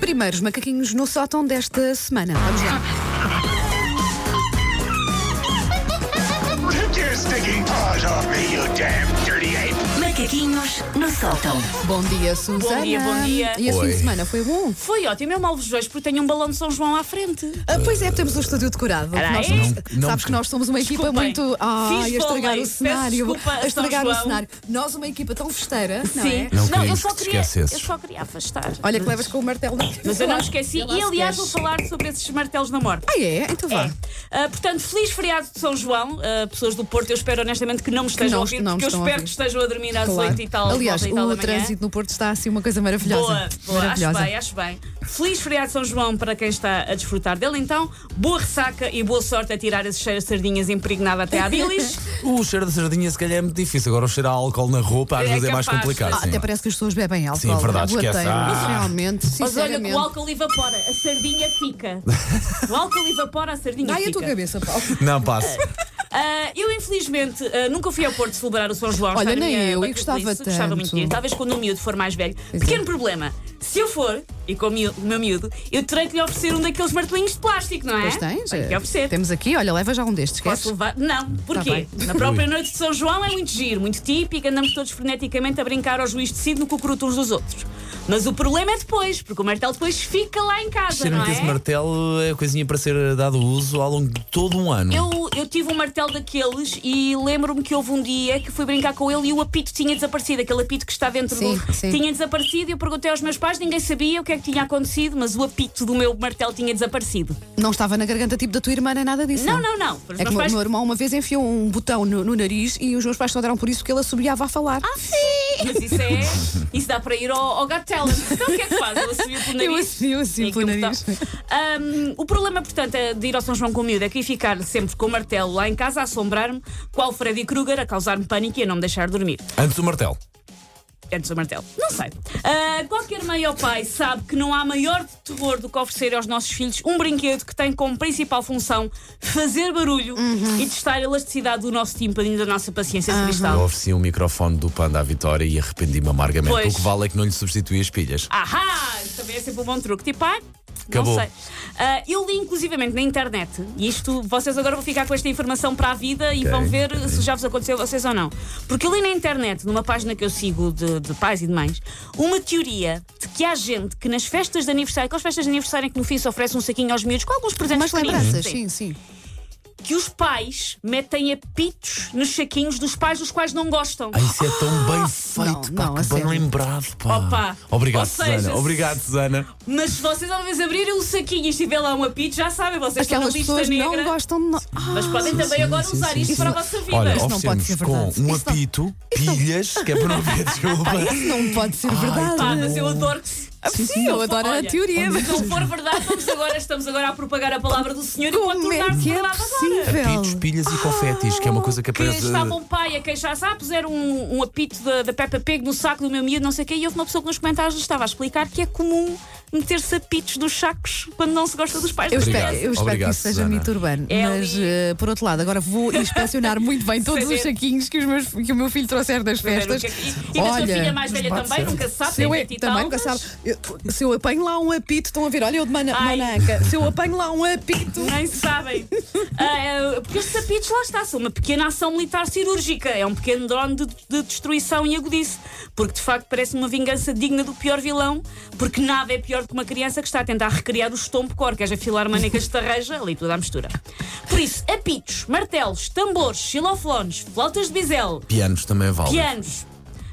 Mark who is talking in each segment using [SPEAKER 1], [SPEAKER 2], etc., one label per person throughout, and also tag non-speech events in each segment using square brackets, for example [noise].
[SPEAKER 1] Primeiros macaquinhos no sótão desta semana. Vamos lá.
[SPEAKER 2] Take your stinking paws off me, you damn dirty ape!
[SPEAKER 3] Macaquinhos no sótão.
[SPEAKER 1] Bom dia, Suzana.
[SPEAKER 4] dia, bom dia.
[SPEAKER 1] E este fim
[SPEAKER 5] Oi.
[SPEAKER 1] de semana foi bom?
[SPEAKER 4] Foi ótimo, eu mal vos vejo porque tenho um balão de São João à frente.
[SPEAKER 1] Ah, pois é, temos o estúdio decorado.
[SPEAKER 4] Era
[SPEAKER 1] Nós
[SPEAKER 4] aí?
[SPEAKER 1] somos-
[SPEAKER 5] Não-
[SPEAKER 1] sabes que nós somos uma equipa
[SPEAKER 4] Desculpem.
[SPEAKER 1] muito. Ah, a
[SPEAKER 4] Fiz
[SPEAKER 1] estragar
[SPEAKER 4] vôlei.
[SPEAKER 1] o
[SPEAKER 4] Peço
[SPEAKER 1] cenário.
[SPEAKER 4] desculpa a
[SPEAKER 1] a estragar
[SPEAKER 4] São
[SPEAKER 1] o
[SPEAKER 4] João.
[SPEAKER 1] cenário. Nós, uma equipa tão festeira, não
[SPEAKER 4] Sim.
[SPEAKER 1] é?
[SPEAKER 5] Não
[SPEAKER 4] eu
[SPEAKER 5] queríamos
[SPEAKER 4] só
[SPEAKER 5] que te
[SPEAKER 4] queria, eu
[SPEAKER 5] esquecesses.
[SPEAKER 4] só queria afastar.
[SPEAKER 1] Olha que levas com o martelo na
[SPEAKER 4] Mas eu não esqueci. E aliás, vou falar sobre esses martelos na morte.
[SPEAKER 1] Ah, é? Então vá.
[SPEAKER 4] É. Ah, portanto, feliz feriado de São João. Ah, pessoas do Porto, eu espero honestamente que não me estejam
[SPEAKER 1] não-
[SPEAKER 4] a ouvir,
[SPEAKER 1] não me
[SPEAKER 4] porque eu
[SPEAKER 1] estão a
[SPEAKER 4] espero
[SPEAKER 1] ouvir.
[SPEAKER 4] que estejam a dormir às
[SPEAKER 1] Claro.
[SPEAKER 4] 8 e tal.
[SPEAKER 1] Aliás,
[SPEAKER 4] volta e tal
[SPEAKER 1] o
[SPEAKER 4] da manhã.
[SPEAKER 1] trânsito no Porto está assim uma coisa maravilhosa.
[SPEAKER 4] Boa, boa, acho
[SPEAKER 1] maravilhosa.
[SPEAKER 4] bem, acho bem. Feliz feriado de São João para quem está a desfrutar dele, então. Boa ressaca e boa sorte a tirar esse cheiro de sardinhas impregnado até
[SPEAKER 1] [laughs]
[SPEAKER 4] à bilis.
[SPEAKER 5] O cheiro da sardinha se calhar é muito difícil. Agora o cheiro a álcool na roupa às
[SPEAKER 4] É
[SPEAKER 5] vezes é mais
[SPEAKER 4] capaz.
[SPEAKER 5] complicado.
[SPEAKER 4] Ah,
[SPEAKER 5] sim.
[SPEAKER 1] Até parece que as pessoas bebem álcool.
[SPEAKER 5] Sim, é verdade,
[SPEAKER 1] Boa
[SPEAKER 5] esquece.
[SPEAKER 1] teira,
[SPEAKER 5] Ah.
[SPEAKER 1] Realmente,
[SPEAKER 4] Mas olha que
[SPEAKER 1] sinceramente.
[SPEAKER 4] o álcool evapora, a sardinha fica.
[SPEAKER 1] [laughs]
[SPEAKER 4] O álcool evapora, a sardinha
[SPEAKER 1] Ai, a
[SPEAKER 4] fica.
[SPEAKER 1] tua cabeça, Paulo.
[SPEAKER 5] Não passo.
[SPEAKER 4] Ah, eu, infelizmente, ah, nunca fui ao Porto celebrar o São João.
[SPEAKER 1] Olha,
[SPEAKER 4] está na
[SPEAKER 1] nem
[SPEAKER 4] minha
[SPEAKER 1] eu, e
[SPEAKER 4] bucket
[SPEAKER 1] gostava
[SPEAKER 4] list. Gostava
[SPEAKER 1] tanto.
[SPEAKER 4] muito de ir. Talvez quando o miúdo for mais velho.
[SPEAKER 1] Pois é.
[SPEAKER 4] Pequeno problema. Se eu for, e com o, miúdo- o meu miúdo, eu terei que lhe oferecer um daqueles martelinhos de plástico, não é?
[SPEAKER 1] Pois tens.
[SPEAKER 4] Tenho que
[SPEAKER 1] eh,
[SPEAKER 4] oferecer.
[SPEAKER 1] Temos aqui, olha, leva já um destes.
[SPEAKER 4] Posso
[SPEAKER 1] Queres? Tá
[SPEAKER 4] levar? Não, porquê?
[SPEAKER 1] bem.
[SPEAKER 4] Na própria noite de São João é muito giro, muito típico, andamos todos freneticamente a brincar ao juiz de sino no cucuruto uns dos outros. Mas o problema é depois, porque o martelo depois fica lá em casa, não
[SPEAKER 5] Cheira-me que esse
[SPEAKER 4] é?
[SPEAKER 5] martelo é coisinha para ser dado uso ao longo de todo um ano.
[SPEAKER 4] Eu, eu tive um martelo daqueles e lembro-me que houve um dia que fui brincar com ele e o apito tinha desaparecido, aquele apito que está dentro
[SPEAKER 1] Sim,
[SPEAKER 4] do.
[SPEAKER 1] sim.
[SPEAKER 4] Tinha desaparecido e eu perguntei aos meus pais, ninguém sabia o que é que tinha acontecido, mas o apito do meu martelo tinha desaparecido.
[SPEAKER 1] Não estava na garganta tipo da tua irmã, nem nada disso.
[SPEAKER 4] Não, não, não. Os
[SPEAKER 1] É que
[SPEAKER 4] meus
[SPEAKER 1] o
[SPEAKER 4] pais
[SPEAKER 1] meu irmão uma vez enfiou um botão no, no nariz e os meus pais só deram por isso porque ele assobiava a falar. Ah, sim!
[SPEAKER 4] Mas isso é. Isso dá para ir ao, ao gato talent. Então o que é que faz? Eu assumi pelo nariz. É
[SPEAKER 1] Eu assumi, eu assumi
[SPEAKER 4] E aquilo
[SPEAKER 1] pelo nariz.
[SPEAKER 4] está. Hum, o problema, portanto, é de ir ao São João com o miúdo é que ia ficar sempre com o martelo lá em casa a assombrar-me, qual Freddy Krueger, a causar-me pânico e a não me deixar dormir.
[SPEAKER 5] Antes o martelo.
[SPEAKER 4] Antes do martelo. Não sei. Ah, qualquer mãe ou pai sabe que não há maior terror do que oferecer aos nossos filhos um brinquedo que tem como principal função fazer barulho e testar a elasticidade do nosso tímpano e da nossa paciência de
[SPEAKER 5] Eu
[SPEAKER 4] cristal.
[SPEAKER 5] ofereci um microfone do Panda à Vitória e arrependi-me amargamente.
[SPEAKER 4] Pois.
[SPEAKER 5] O que vale é que não lhe substituí as pilhas.
[SPEAKER 4] Ahá! Isso Também é sempre um bom truque. Tipo, ai,
[SPEAKER 5] Acabou.
[SPEAKER 4] não sei. Ah, eu li inclusivamente na internet, e isto vocês agora vão ficar com esta informação para a vida e
[SPEAKER 5] Ok,
[SPEAKER 4] vão ver
[SPEAKER 5] ok.
[SPEAKER 4] se já vos aconteceu a vocês ou não. Porque eu li na internet, numa página que eu sigo de, de pais e de mães, uma teoria de que há gente que nas festas de aniversário, aquelas festas de aniversário em que no fim se oferece um saquinho aos miúdos com alguns
[SPEAKER 1] Mas
[SPEAKER 4] presentes pequeninos,
[SPEAKER 1] lembranças,
[SPEAKER 4] é sim,
[SPEAKER 1] sim, sim.
[SPEAKER 4] que os pais metem apitos nos saquinhos dos pais dos quais não gostam.
[SPEAKER 5] Ah, isso é tão bem feito,
[SPEAKER 1] não,
[SPEAKER 5] pá,
[SPEAKER 1] não, a
[SPEAKER 5] que bem
[SPEAKER 1] sério.
[SPEAKER 5] lembrado, pá.
[SPEAKER 4] Opa.
[SPEAKER 5] Obrigado,
[SPEAKER 4] Ou seja,
[SPEAKER 5] Susana. Obrigado, Susana.
[SPEAKER 4] Mas se vocês alguma vez abrirem o saquinho e estiver lá um apito, já sabem, vocês
[SPEAKER 1] Aquelas
[SPEAKER 4] estão na
[SPEAKER 1] pessoas
[SPEAKER 4] lista é negra.
[SPEAKER 1] não gostam de. nós. Ah,
[SPEAKER 4] Mas podem também agora
[SPEAKER 5] sim,
[SPEAKER 4] usar
[SPEAKER 5] sim,
[SPEAKER 4] isto
[SPEAKER 5] sim.
[SPEAKER 4] para a vossa vida.
[SPEAKER 5] Olha,
[SPEAKER 1] Isso é- não pode
[SPEAKER 5] oferecemos
[SPEAKER 1] ser
[SPEAKER 5] com
[SPEAKER 1] verdade.
[SPEAKER 5] um
[SPEAKER 1] Isso não-
[SPEAKER 5] apito, pilhas, que é para
[SPEAKER 4] [laughs]
[SPEAKER 5] não haver desculpa.
[SPEAKER 1] isso não pode ser verdade.
[SPEAKER 4] Pá, mas eu adoro que se.
[SPEAKER 1] Ah, sim, eu adoro
[SPEAKER 4] Olha,
[SPEAKER 1] a teoria.
[SPEAKER 4] Se não for verdade, vamos agora, estamos agora a propagar a palavra do senhor e pode
[SPEAKER 1] Como é
[SPEAKER 4] tornar-se
[SPEAKER 1] que é
[SPEAKER 4] verdade agora.
[SPEAKER 5] Apitos,
[SPEAKER 1] possível?
[SPEAKER 5] pilhas e confetes, que é uma coisa que
[SPEAKER 4] Que
[SPEAKER 5] aparece.
[SPEAKER 4] estava um pai a queixar-se, ah, puseram um, um apito da, da Peppa Pig no saco do meu miúdo, não sei o quê, e houve uma pessoa que nos comentários estava a explicar que é comum meter-se apitos dos sacos quando não se gosta dos pais
[SPEAKER 1] Eu
[SPEAKER 4] da
[SPEAKER 1] espero,
[SPEAKER 5] Obrigado,
[SPEAKER 1] eu espero
[SPEAKER 5] obrigado,
[SPEAKER 1] que isso seja
[SPEAKER 5] Susana.
[SPEAKER 1] mito urbano.
[SPEAKER 4] É
[SPEAKER 1] mas,
[SPEAKER 4] ali.
[SPEAKER 1] eh, por outro lado, agora vou inspecionar muito
[SPEAKER 4] [laughs]
[SPEAKER 1] bem todos os
[SPEAKER 4] Saber.
[SPEAKER 1] saquinhos que, os meus- que o meu filho trouxer das
[SPEAKER 4] Saber o
[SPEAKER 1] festas.
[SPEAKER 4] que é que- e- e da sua filha mais velha
[SPEAKER 1] mas pode
[SPEAKER 4] também,
[SPEAKER 1] ser.
[SPEAKER 4] nunca se sabe,
[SPEAKER 1] Se eu,
[SPEAKER 4] tem vinte e
[SPEAKER 1] também
[SPEAKER 4] tal,
[SPEAKER 1] nunca se
[SPEAKER 4] mas-
[SPEAKER 1] sabe. Eu- se eu apanho lá um apito, estão a ver, olha eu de mana-
[SPEAKER 4] Ai.
[SPEAKER 1] mananca. Se eu apanho lá um apito.
[SPEAKER 4] Nem sabem. Ah, porque estes apitos lá está, são uma pequena ação militar cirúrgica. É um pequeno drone de, de destruição e agudice. Porque de facto parece uma vingança digna do pior vilão. Porque nada é pior do que uma criança que está a tentar recriar o estompo cor, que é a filarmónicas de tarreja, ali tudo à mistura. Por isso, apitos, martelos, tambores, xilofones, flautas de bisel,
[SPEAKER 5] Pianos também vale.
[SPEAKER 4] pianos.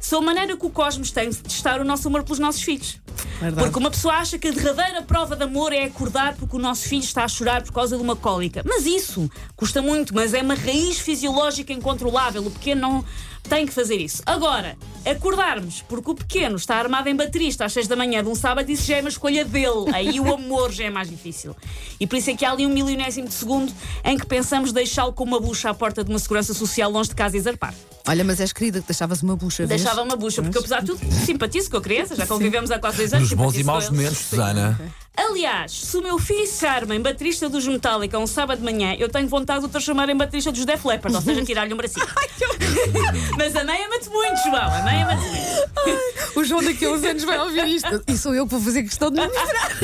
[SPEAKER 4] São a maneira que o cosmos tem de testar o nosso amor pelos nossos filhos.
[SPEAKER 1] Verdade.
[SPEAKER 4] Porque uma pessoa acha que a derradeira prova de amor é acordar porque o nosso filho está a chorar por causa de uma cólica. Mas isso custa muito, mas é uma raiz fisiológica incontrolável. O pequeno não tem que fazer isso. Agora, acordarmos porque o pequeno está armado em baterista às 6 da manhã de um sábado, isso já é uma escolha dele. Aí o amor já é mais difícil. E por isso é que há ali um milionésimo de segundo em que pensamos deixá-lo com uma bucha à porta de uma segurança social longe de casa e zarpar.
[SPEAKER 1] Olha, mas és querida que deixavas uma bucha. vês?
[SPEAKER 4] Deixava uma bucha, porque apesar de tudo simpatizo com a criança, já convivemos há quase dois anos.
[SPEAKER 5] Nos bons e
[SPEAKER 4] simpatizo
[SPEAKER 5] maus
[SPEAKER 4] com ele.
[SPEAKER 5] momentos, Susana.
[SPEAKER 4] Aliás, se o meu filho Carmen, baterista dos Metallica, um sábado de manhã, eu tenho vontade de o transformar em baterista dos Def Leppard, ou seja, tirar-lhe um
[SPEAKER 5] [laughs]
[SPEAKER 4] bracinho. Mas ameia-me-te muito, João, ameia-me-te muito.
[SPEAKER 1] O João daqui a uns anos vai ouvir isto. E sou eu que vou fazer questão de me mostrar.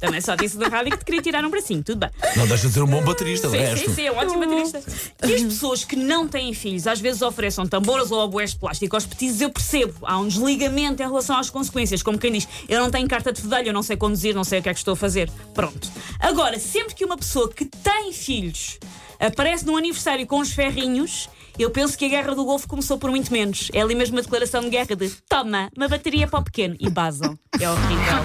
[SPEAKER 4] Também só disse na rádio que te queria tirar um bracinho, tudo bem.
[SPEAKER 5] Não deixa de ser um bom baterista, de
[SPEAKER 4] Sim,
[SPEAKER 5] resto.
[SPEAKER 4] sim, sim, é um ótimo baterista. Que as pessoas que não têm filhos às vezes ofereçam tambores ou oboés de plástico aos petizes, eu percebo. Há um desligamento em relação às consequências. Como quem diz, eu não tenho carta de fedelho, eu não sei conduzir, não sei o que é que estou a fazer. Pronto. Agora, sempre que uma pessoa que tem filhos aparece num aniversário com os ferrinhos. Eu penso que a guerra do Golfo começou por muito menos. É ali mesmo a declaração de guerra de toma, uma bateria para o pequeno e basam. É horrível.